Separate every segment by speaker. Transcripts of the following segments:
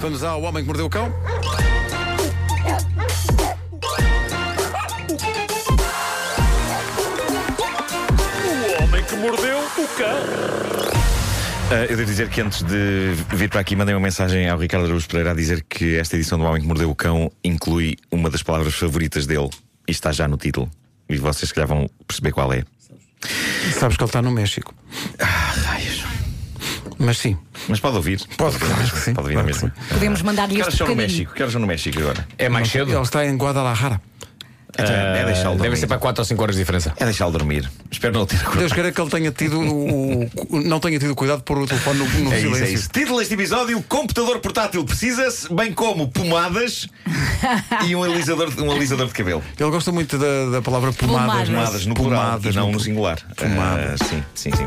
Speaker 1: Vamos ao Homem que Mordeu o Cão.
Speaker 2: O homem que mordeu o cão.
Speaker 3: Ah, eu devo dizer que antes de vir para aqui, mandei uma mensagem ao Ricardo Araújo Pereira a dizer que esta edição do Homem que Mordeu o Cão inclui uma das palavras favoritas dele e está já no título. E vocês, se calhar, vão perceber qual é.
Speaker 1: Sabes que ele está no México.
Speaker 3: Raios.
Speaker 1: Mas sim,
Speaker 3: Mas pode ouvir.
Speaker 1: Pode,
Speaker 3: ouvir na
Speaker 1: claro
Speaker 3: mesma,
Speaker 1: que sim,
Speaker 3: Pode ouvir na
Speaker 1: claro que
Speaker 3: mesma.
Speaker 4: Podemos mandar-lhe
Speaker 3: Que
Speaker 4: este
Speaker 3: horas são no
Speaker 4: bocadinho.
Speaker 3: México? Que horas são no México agora?
Speaker 5: É mais cedo?
Speaker 1: ele está em Guadalajara.
Speaker 3: Então, é deixá-lo
Speaker 5: Deve
Speaker 3: dormir.
Speaker 5: ser para 4 ou 5 horas de diferença.
Speaker 3: É deixá-lo dormir. É Espero não o ter acordado.
Speaker 1: Deus queira que ele tenha tido o, o- não tenha tido cuidado de pôr o telefone no, no
Speaker 3: É isso,
Speaker 1: silêncio.
Speaker 3: é isso. Título deste episódio: Computador portátil precisa-se, bem como pomadas e um alisador, um alisador de cabelo.
Speaker 1: Ele gosta muito da, da palavra pomadas.
Speaker 4: Pomadas.
Speaker 1: mas-
Speaker 3: Pomadas no plural
Speaker 1: pomadas
Speaker 3: e não
Speaker 1: no-
Speaker 3: no singular.
Speaker 1: Pomadas.
Speaker 3: Ah, sim, sim, sim.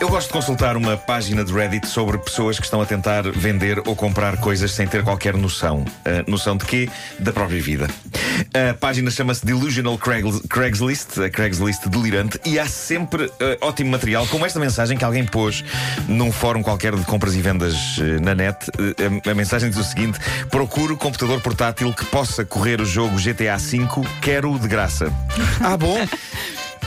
Speaker 3: Eu gosto de consultar uma página de Reddit sobre pessoas que estão a tentar vender ou comprar coisas sem ter qualquer noção. Ah, noção de quê? Da própria vida. A página chama-se Delusional Craigs- Craigslist, a Craigslist delirante, e há sempre ah, ótimo material, como esta mensagem que alguém pôs num fórum qualquer de compras e vendas eh, na net. Eh, a- a mensagem diz o seguinte: procuro computador portátil que possa correr o jogo GTA V, quero o de graça.
Speaker 1: Ah, bom.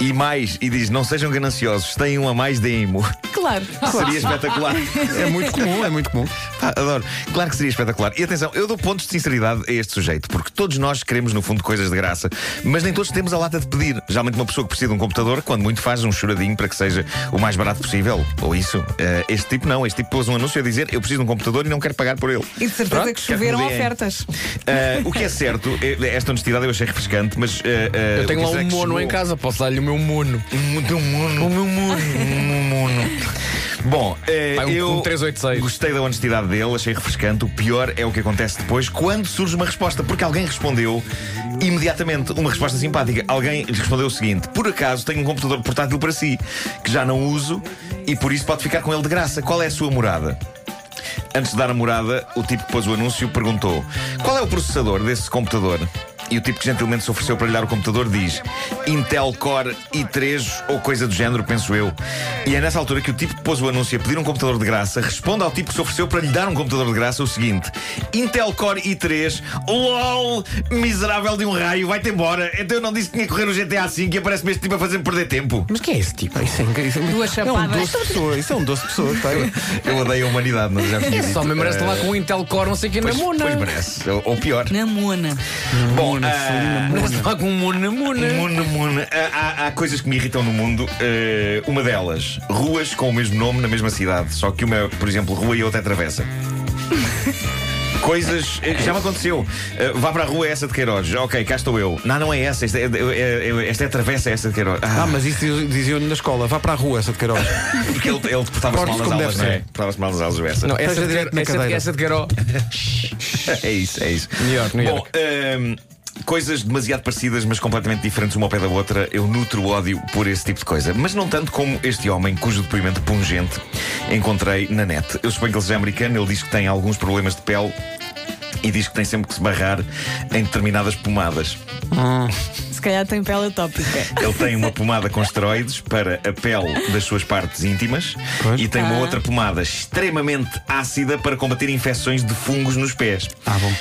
Speaker 3: E mais, e diz: não sejam gananciosos, têm um a mais, deem-mo.
Speaker 4: Claro.
Speaker 3: Seria espetacular.
Speaker 1: É muito comum, é muito comum.
Speaker 3: Pá, adoro. Claro que seria espetacular. E atenção, eu dou pontos de sinceridade a este sujeito, porque todos nós queremos, no fundo, coisas de graça, mas nem todos temos a lata de pedir. Geralmente, uma pessoa que precisa de um computador, quando muito, faz um choradinho para que seja o mais barato possível. Ou isso. Eh, este tipo não. Este tipo pôs um anúncio a dizer: eu preciso de um computador e não quero pagar por ele.
Speaker 4: E de certeza
Speaker 3: Pronto,
Speaker 4: que
Speaker 3: quero
Speaker 4: choveram
Speaker 3: me deem.
Speaker 4: ofertas.
Speaker 3: Eh, o que é certo, eh, esta honestidade eu achei refrescante, mas. eh, eh,
Speaker 5: Eu tenho
Speaker 3: o que
Speaker 5: lá
Speaker 3: é
Speaker 5: um
Speaker 3: que
Speaker 5: mono
Speaker 3: chegou-
Speaker 5: em casa, posso dar-lhe o meu mono.
Speaker 3: O teu um mono. O meu mono. Bom, eh,
Speaker 5: Vai, um-
Speaker 3: eu
Speaker 5: um 386.
Speaker 3: gostei da honestidade dele, achei refrescante. O pior é o que acontece depois, quando surge uma resposta, porque alguém respondeu imediatamente uma resposta simpática. Alguém lhe respondeu o seguinte: Por acaso tenho um computador portátil para si, que já não uso e por isso pode ficar com ele de graça. Qual é a sua morada? Antes de dar a morada, o tipo que pôs o anúncio perguntou: Qual é o processador desse computador? E o tipo que gentilmente se ofereceu para lhe dar o computador diz: Intel Core i3 ou coisa do género, penso eu. E é nessa altura que o tipo que pôs o anúncio a pedir um computador de graça responde ao tipo que se ofereceu para lhe dar um computador de graça o seguinte: Intel Core i3, LOL, miserável de um raio, vai-te embora. Então eu não disse que tinha que correr o GTA V e aparece-me este tipo a fazer-me perder tempo.
Speaker 5: Mas quem é esse tipo?
Speaker 1: Ah, Isso é, incrível, isso é, muito-
Speaker 4: Duas
Speaker 1: é um
Speaker 4: chapadas.
Speaker 1: doce de pessoa. Isso é um doce de pessoa. Tá?
Speaker 3: Eu odeio a humanidade, mas já tinha
Speaker 5: Esse
Speaker 3: dito.
Speaker 5: É só me merece lá
Speaker 3: Eh,
Speaker 5: com um Intel Core, não sei quem, na
Speaker 3: Pois,
Speaker 5: mona.
Speaker 3: pois merece, ou, ou pior.
Speaker 4: Na mona.
Speaker 3: Bom,
Speaker 1: Mona,
Speaker 3: ah,
Speaker 1: Celina Mona.
Speaker 5: Merece lá com um mono na mona.
Speaker 3: Mundo, mundo. Há, há- há coisas que me irritam no mundo. Eh, uma delas, ruas com o mesmo nome na mesma cidade, só que uma, é, por exemplo, rua e outra é travessa. Coisas. eh, Já me aconteceu. Eh, vá para a rua, é essa de Queiroz. Ok, cá estou eu. Não, não é essa. Esta é, é- é- esta é a travessa, é essa de Queiroz.
Speaker 1: Ah,
Speaker 3: Ah,
Speaker 1: mas isso diz- diziam-lhe na escola. Vá para a rua, essa de Queiroz.
Speaker 3: porque ele, ele portava-se mal
Speaker 1: Porte-se
Speaker 3: nas
Speaker 1: Ah, como
Speaker 3: aulas,
Speaker 1: deve
Speaker 3: não é?
Speaker 1: ser.
Speaker 3: Portava-se mal nas aulas, ou essa.
Speaker 5: Não, essa
Speaker 1: Esteja
Speaker 5: de,
Speaker 1: direto
Speaker 5: essa,
Speaker 1: na
Speaker 5: de,
Speaker 1: cadeira.
Speaker 5: essa de Garó.
Speaker 3: É isso, é isso.
Speaker 5: New York, New
Speaker 3: Bom,
Speaker 5: York.
Speaker 3: hum, coisas demasiado parecidas, mas completamente diferentes uma ao pé da outra, eu nutro ódio por esse tipo de coisa. Mas não tanto como este homem, cujo depoimento pungente encontrei na net. Eu suponho que ele seja americano, ele diz que tem alguns problemas de pele e diz que tem sempre que se barrar em determinadas pomadas.
Speaker 4: Se calhar tem pele tópica.
Speaker 3: Ele tem uma pomada com esteroides para a pele das suas partes íntimas
Speaker 1: Pois.
Speaker 3: e tem
Speaker 4: Ah.
Speaker 3: uma outra pomada extremamente ácida para combater infecções de fungos nos pés.
Speaker 1: Ah, bom.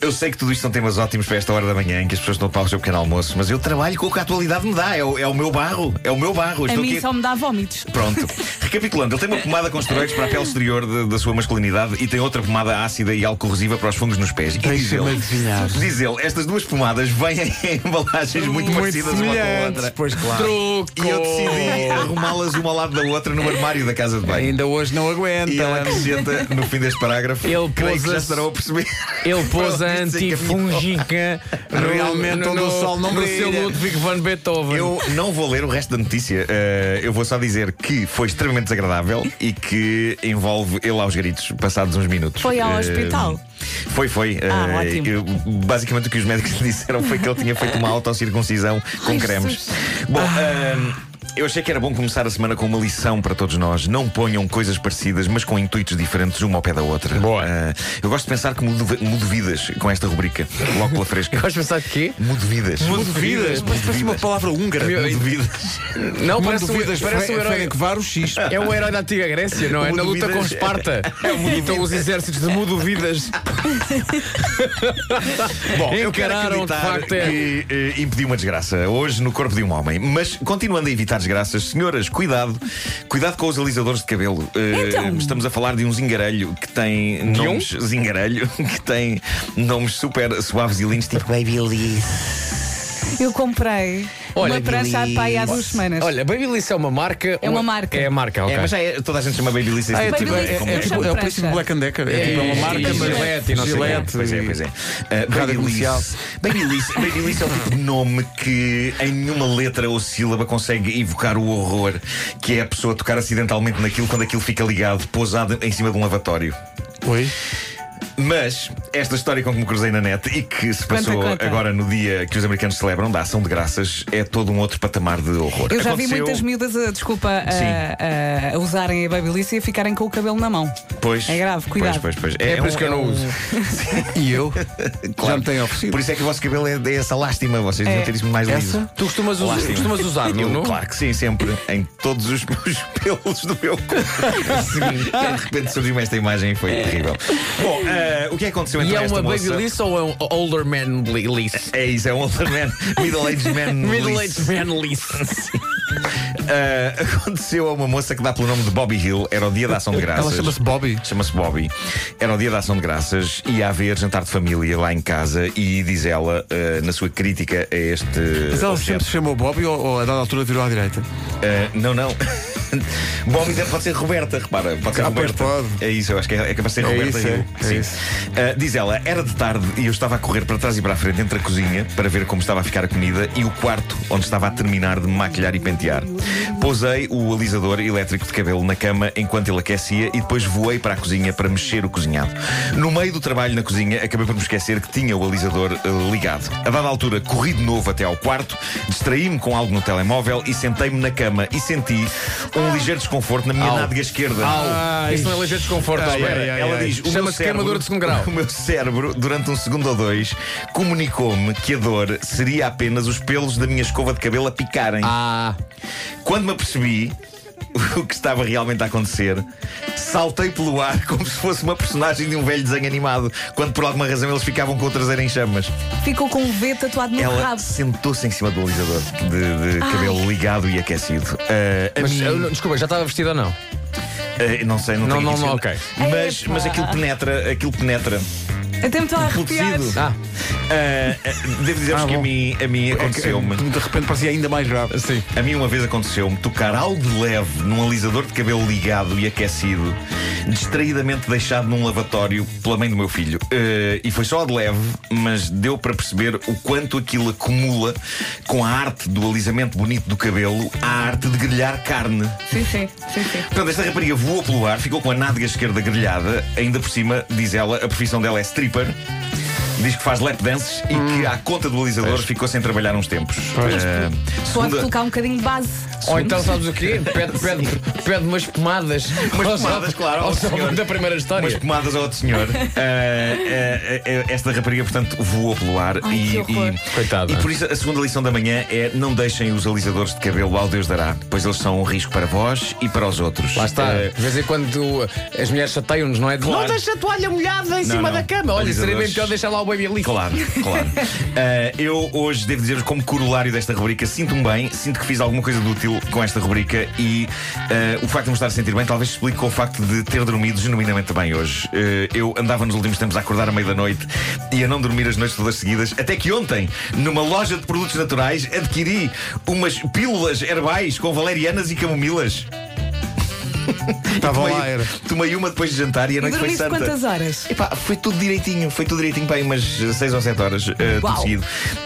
Speaker 3: Eu sei que tudo isto são temas ótimos para esta hora da manhã em que as pessoas estão para o seu pequeno almoço, mas eu trabalho com o que a atualidade me dá. É o, é o meu barro. É o meu barro.
Speaker 4: A
Speaker 3: Estou
Speaker 4: mim
Speaker 3: aqui-
Speaker 4: só me dá vómitos.
Speaker 3: Pronto. Recapitulando, ele tem uma pomada com esteroides para a pele exterior de- da sua masculinidade e tem outra pomada ácida e alcorrosiva para os fungos nos pés. E diz
Speaker 1: Deixa-me
Speaker 3: ele,
Speaker 1: adivinhar.
Speaker 3: diz ele, estas duas pomadas vêm em embalagens muito, parecidas uma com a outra.
Speaker 1: Pois claro.
Speaker 5: Truco!
Speaker 3: E eu decidi arrumá-las uma ao lado da outra no armário da casa de banho.
Speaker 1: Ainda hoje não aguenta.
Speaker 3: E ela acrescenta no fim deste parágrafo.
Speaker 5: Ele
Speaker 3: creio que já
Speaker 5: pôs a-
Speaker 3: estarão a perceber.
Speaker 5: Ele pôs a
Speaker 3: Pronto, isto é que é
Speaker 5: antifungica no-
Speaker 1: Realmente
Speaker 5: no-
Speaker 1: onde o
Speaker 5: no-
Speaker 1: sol não
Speaker 5: No
Speaker 1: brilha.
Speaker 5: seu Ludwig van Beethoven.
Speaker 3: Eu não vou ler o resto da notícia. eh, eu vou só dizer que foi extremamente desagradável e que envolve ele aos gritos, passados uns minutos.
Speaker 4: Foi ao
Speaker 3: Eh,
Speaker 4: hospital?
Speaker 3: Foi, foi.
Speaker 4: Ah,
Speaker 3: Eh,
Speaker 4: ótimo.
Speaker 3: eu- basicamente o que os médicos lhe disseram foi que ele tinha feito uma autocircuncisão com
Speaker 4: Ai,
Speaker 3: cremes. Bom. ehm, Eu achei que era bom começar a semana com uma lição para todos nós. Não ponham coisas parecidas, mas com intuitos diferentes uma ao pé da outra.
Speaker 5: Boa.
Speaker 3: Ah, eu gosto de pensar que mudo, mudo vidas com esta rubrica, logo pela fresca.
Speaker 5: Gosto de pensar de quê?
Speaker 3: Mudo vidas.
Speaker 5: Mudo
Speaker 1: Vidas,
Speaker 5: vidas.
Speaker 1: mas parece uma palavra húngara.
Speaker 5: Meu,
Speaker 3: Mudo vidas.
Speaker 5: Não,
Speaker 1: Mundo
Speaker 5: parece, um-
Speaker 1: Vidas,
Speaker 5: parece um herói.
Speaker 1: Ferenc Varo X.
Speaker 5: É o herói da antiga Grécia, não é?
Speaker 3: O
Speaker 5: Na luta com
Speaker 3: Mudovidas.
Speaker 5: Esparta. Então os exércitos de Mudovidas
Speaker 3: Bom, eu quero
Speaker 5: encararam de
Speaker 3: acreditar
Speaker 5: facto. é-
Speaker 3: que eh, impediu uma desgraça hoje no corpo de um homem. Mas continuando a evitar desgraças, senhoras, cuidado, cuidado com os alisadores de cabelo. Eh,
Speaker 4: Então?
Speaker 3: Estamos a falar de um zingarelho que tem
Speaker 5: um?
Speaker 3: nomes zingarelho que tem nomes super suaves e lindos, tipo Baby Liz.
Speaker 4: Eu comprei
Speaker 5: Olha,
Speaker 4: uma prancha à pai há duas semanas.
Speaker 5: Olha, Babyliss é uma marca.
Speaker 4: É uma marca.
Speaker 5: É a marca, ok.
Speaker 3: É, mas já é, toda a gente chama Baby Liz.
Speaker 1: Ah, é tipo,
Speaker 4: Babyliss,
Speaker 1: é, é,
Speaker 4: como
Speaker 1: é,
Speaker 4: é.
Speaker 1: tipo, é o princípio
Speaker 4: Prancha.
Speaker 1: Black and Decker. É tipo é uma marca,
Speaker 5: e
Speaker 1: mas
Speaker 5: Gillette e não sei o quê.
Speaker 1: Gillette.
Speaker 3: Pois é, pois é. Uh,
Speaker 1: Rádio comercial.
Speaker 3: Babyliss Babyliss é o tipo de nome que em nenhuma letra ou sílaba consegue evocar o horror que é a pessoa tocar acidentalmente naquilo quando aquilo fica ligado, pousado em cima de um lavatório.
Speaker 1: Oi?
Speaker 3: Mas esta história com que me cruzei na net e que se
Speaker 4: Conta,
Speaker 3: passou
Speaker 4: conta.
Speaker 3: agora no dia que os americanos celebram da ação de graças é todo um outro patamar de horror.
Speaker 4: Eu já vi
Speaker 3: Aconteceu-
Speaker 4: muitas miúdas, a- desculpa, a, a- a usarem a Babyliss e a ficarem com o cabelo na mão.
Speaker 3: Pois,
Speaker 4: É grave, cuidado.
Speaker 3: Pois, pois, pois.
Speaker 5: É por isso que eu não
Speaker 3: um-
Speaker 5: uso.
Speaker 1: E eu? Já me têm
Speaker 3: Por
Speaker 1: oferecido.
Speaker 3: isso é que o vosso cabelo é, é essa lástima, vocês deviam ter isso mais liso.
Speaker 5: Tu costumas, us-
Speaker 3: Lástima.
Speaker 5: costumas usar,
Speaker 3: Eu,
Speaker 1: um
Speaker 5: não? não?
Speaker 3: Claro que sim, sempre. Em todos os meus pelos do meu corpo. Sim. De repente surgiu-me esta imagem e foi
Speaker 1: É.
Speaker 3: terrível. Bom, eh, o que é que aconteceu
Speaker 5: E
Speaker 3: entre
Speaker 5: é
Speaker 3: esta
Speaker 5: uma
Speaker 3: moça?
Speaker 5: Babyliss ou é um Older Man li- Liss?
Speaker 3: É isso, é um older man, middle-aged man. liso.
Speaker 5: Middle-aged Man Liss.
Speaker 3: Eh, aconteceu a uma moça que dá pelo nome de Bobby Hill, era o dia da ação de graças.
Speaker 1: Ela chama-se Bobby.
Speaker 3: Chama-se Bobby. Era o dia da ação de graças e ia haver jantar de família lá em casa e diz ela, eh, na sua crítica a este.
Speaker 1: Mas ela
Speaker 3: objeto,
Speaker 1: sempre se chamou Bobby ou, ou a dada altura virou à direita?
Speaker 3: Uh, não, não. Bobby pode ser Roberta, repara. Pode ser
Speaker 1: Ah, pois
Speaker 3: Roberta.
Speaker 1: pode.
Speaker 3: É isso, eu acho que é, é capaz de ser
Speaker 1: É
Speaker 3: Roberta
Speaker 1: isso,
Speaker 3: Hill.
Speaker 1: é, é
Speaker 3: Sim.
Speaker 1: isso.
Speaker 3: Uh, diz ela, era de tarde e eu estava a correr para trás e para a frente entre a cozinha para ver como estava a ficar a comida e o quarto onde estava a terminar de me maquilhar e pentear. Pousei o alisador elétrico de cabelo na cama enquanto ele aquecia e depois voei para a cozinha para mexer o cozinhado. No meio do trabalho na cozinha, acabei por me esquecer que tinha o alisador eh, ligado. A dada altura, corri de novo até ao quarto, distraí-me com algo no telemóvel e sentei-me na cama e senti um ligeiro desconforto na minha
Speaker 5: Au.
Speaker 3: nádega esquerda.
Speaker 5: Au. Isso não é ligeiro desconforto,
Speaker 3: Espera,
Speaker 5: espera.
Speaker 3: ela diz: o meu
Speaker 5: Chama-se queimadura
Speaker 3: cérebro,
Speaker 5: de segundo grau.
Speaker 3: O meu cérebro, durante um segundo ou dois, comunicou-me que a dor seria apenas os pelos da minha escova de cabelo a picarem.
Speaker 5: Ah,
Speaker 3: Quando me apercebi o que estava realmente a acontecer, saltei pelo ar como se fosse uma personagem de um velho desenho animado, quando por alguma razão eles ficavam com o traseiro em chamas.
Speaker 4: Ficou com o V tatuado no
Speaker 3: Ela
Speaker 4: rabo.
Speaker 3: sentou-se em cima do alisador de, de cabelo ligado e aquecido. Ah, a
Speaker 5: mas
Speaker 3: mim-
Speaker 5: eu não- desculpa, já estava vestida ou não?
Speaker 3: ah, não sei, não,
Speaker 5: Não,
Speaker 3: tenho
Speaker 5: não,
Speaker 3: isso.
Speaker 5: não, ok.
Speaker 3: Mas, mas aquilo penetra, aquilo penetra.
Speaker 4: Até me estou a
Speaker 3: pelo
Speaker 4: arrepiar.
Speaker 3: tecido.
Speaker 5: Ah,
Speaker 3: Ah, ah, devo dizer-vos
Speaker 1: Ah,
Speaker 3: que a
Speaker 1: bom.
Speaker 3: mim, a mim aconteceu-me.
Speaker 1: De repente parecia ainda mais grave.
Speaker 5: sim.
Speaker 3: A mim uma vez aconteceu-me tocar algo de leve num alisador de cabelo ligado e aquecido, distraídamente deixado num lavatório pela mãe do meu filho. Eh, e foi só de leve, mas deu para perceber o quanto aquilo acumula com a arte do alisamento bonito do cabelo, a arte de grelhar carne.
Speaker 4: Sim, sim, sim, sim.
Speaker 3: Portanto, esta rapariga voou pelo ar, ficou com a nádega esquerda grelhada, ainda por cima, diz ela, a profissão dela é stripper. Diz que faz lap dances e que, à conta do alisador, ficou sem trabalhar uns tempos. Ah,
Speaker 4: Pode
Speaker 3: segunda, é
Speaker 4: colocar um bocadinho de base.
Speaker 5: Ou então sabes o quê? Pede, pede, pede umas pomadas. Ao
Speaker 3: pomadas,
Speaker 5: sábado-
Speaker 3: claro,
Speaker 5: Ao
Speaker 3: ao
Speaker 5: sábado
Speaker 3: senhor.
Speaker 5: da primeira
Speaker 3: umas
Speaker 5: história.
Speaker 3: pomadas ao outro senhor. Ah, ah, ah, esta rapariga, portanto, voou pelo ar
Speaker 4: Ai,
Speaker 3: e,
Speaker 4: que horror.
Speaker 3: e-
Speaker 5: Coitada.
Speaker 3: E por isso a segunda lição da manhã é não deixem os alisadores de cabelo ao Deus dará, pois eles são um risco para vós e para os outros.
Speaker 5: Lá está.
Speaker 3: Ah,
Speaker 5: De vez em quando tu- as mulheres chateiam-nos, não é? De, Não
Speaker 3: Claro.
Speaker 5: deixa a toalha molhada em
Speaker 3: Não,
Speaker 5: cima
Speaker 3: não.
Speaker 5: da cama. Olha, seria bem
Speaker 3: Alisadores.
Speaker 5: pior deixar lá o baby ali.
Speaker 3: Claro, claro. Ah, eu hoje devo dizer como corolário desta rubrica, sinto-me bem, sinto que fiz alguma coisa de útil com esta rubrica e ah, o facto de me estar a sentir bem talvez explique com o facto de ter dormido genuinamente bem hoje. Ah, eu andava nos últimos tempos a acordar à meia da noite e a não dormir as noites todas seguidas, até que ontem, numa loja de produtos naturais, adquiri umas pílulas herbais com valerianas e camomilas.
Speaker 1: Estavam
Speaker 3: Tomei-
Speaker 1: lá, era.
Speaker 3: Tomei uma depois de jantar e a
Speaker 4: E
Speaker 3: noite foi
Speaker 4: dormiste
Speaker 3: santa.
Speaker 4: quantas horas?
Speaker 3: Epá, foi tudo direitinho, foi tudo direitinho para aí umas 6 ou 7 horas eh, tudo
Speaker 4: Uau.
Speaker 3: seguido.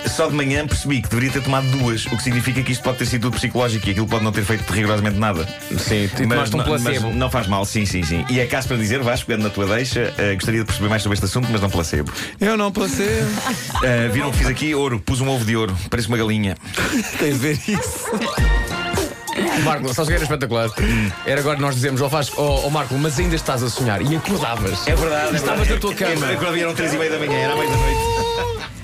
Speaker 3: Só de manhã percebi que deveria ter tomado duas, o que significa que isto pode ter sido tudo psicológico e aquilo pode não ter feito rigorosamente nada.
Speaker 5: Sim, e tomaste um
Speaker 3: não-
Speaker 5: placebo.
Speaker 3: mas não faz mal, sim, sim, sim. E é caso para dizer, Vasco, pegando na tua deixa, eh, gostaria de perceber mais sobre este assunto, mas não placebo.
Speaker 1: Eu não passei.
Speaker 3: Eh, viram o que fiz aqui? Ouro, pus um ovo de ouro, parece uma galinha.
Speaker 1: Tens de ver isso.
Speaker 5: Marco, sabes o que era espetacular? Era agora nós dizemos, ó Vasco, ó- ó Marco, mas ainda estás a sonhar. E acordavas.
Speaker 3: É verdade.
Speaker 5: Estavas
Speaker 3: é verdade.
Speaker 5: na tua cama.
Speaker 3: Quando vieram três e meia da manhã, era mais da noite.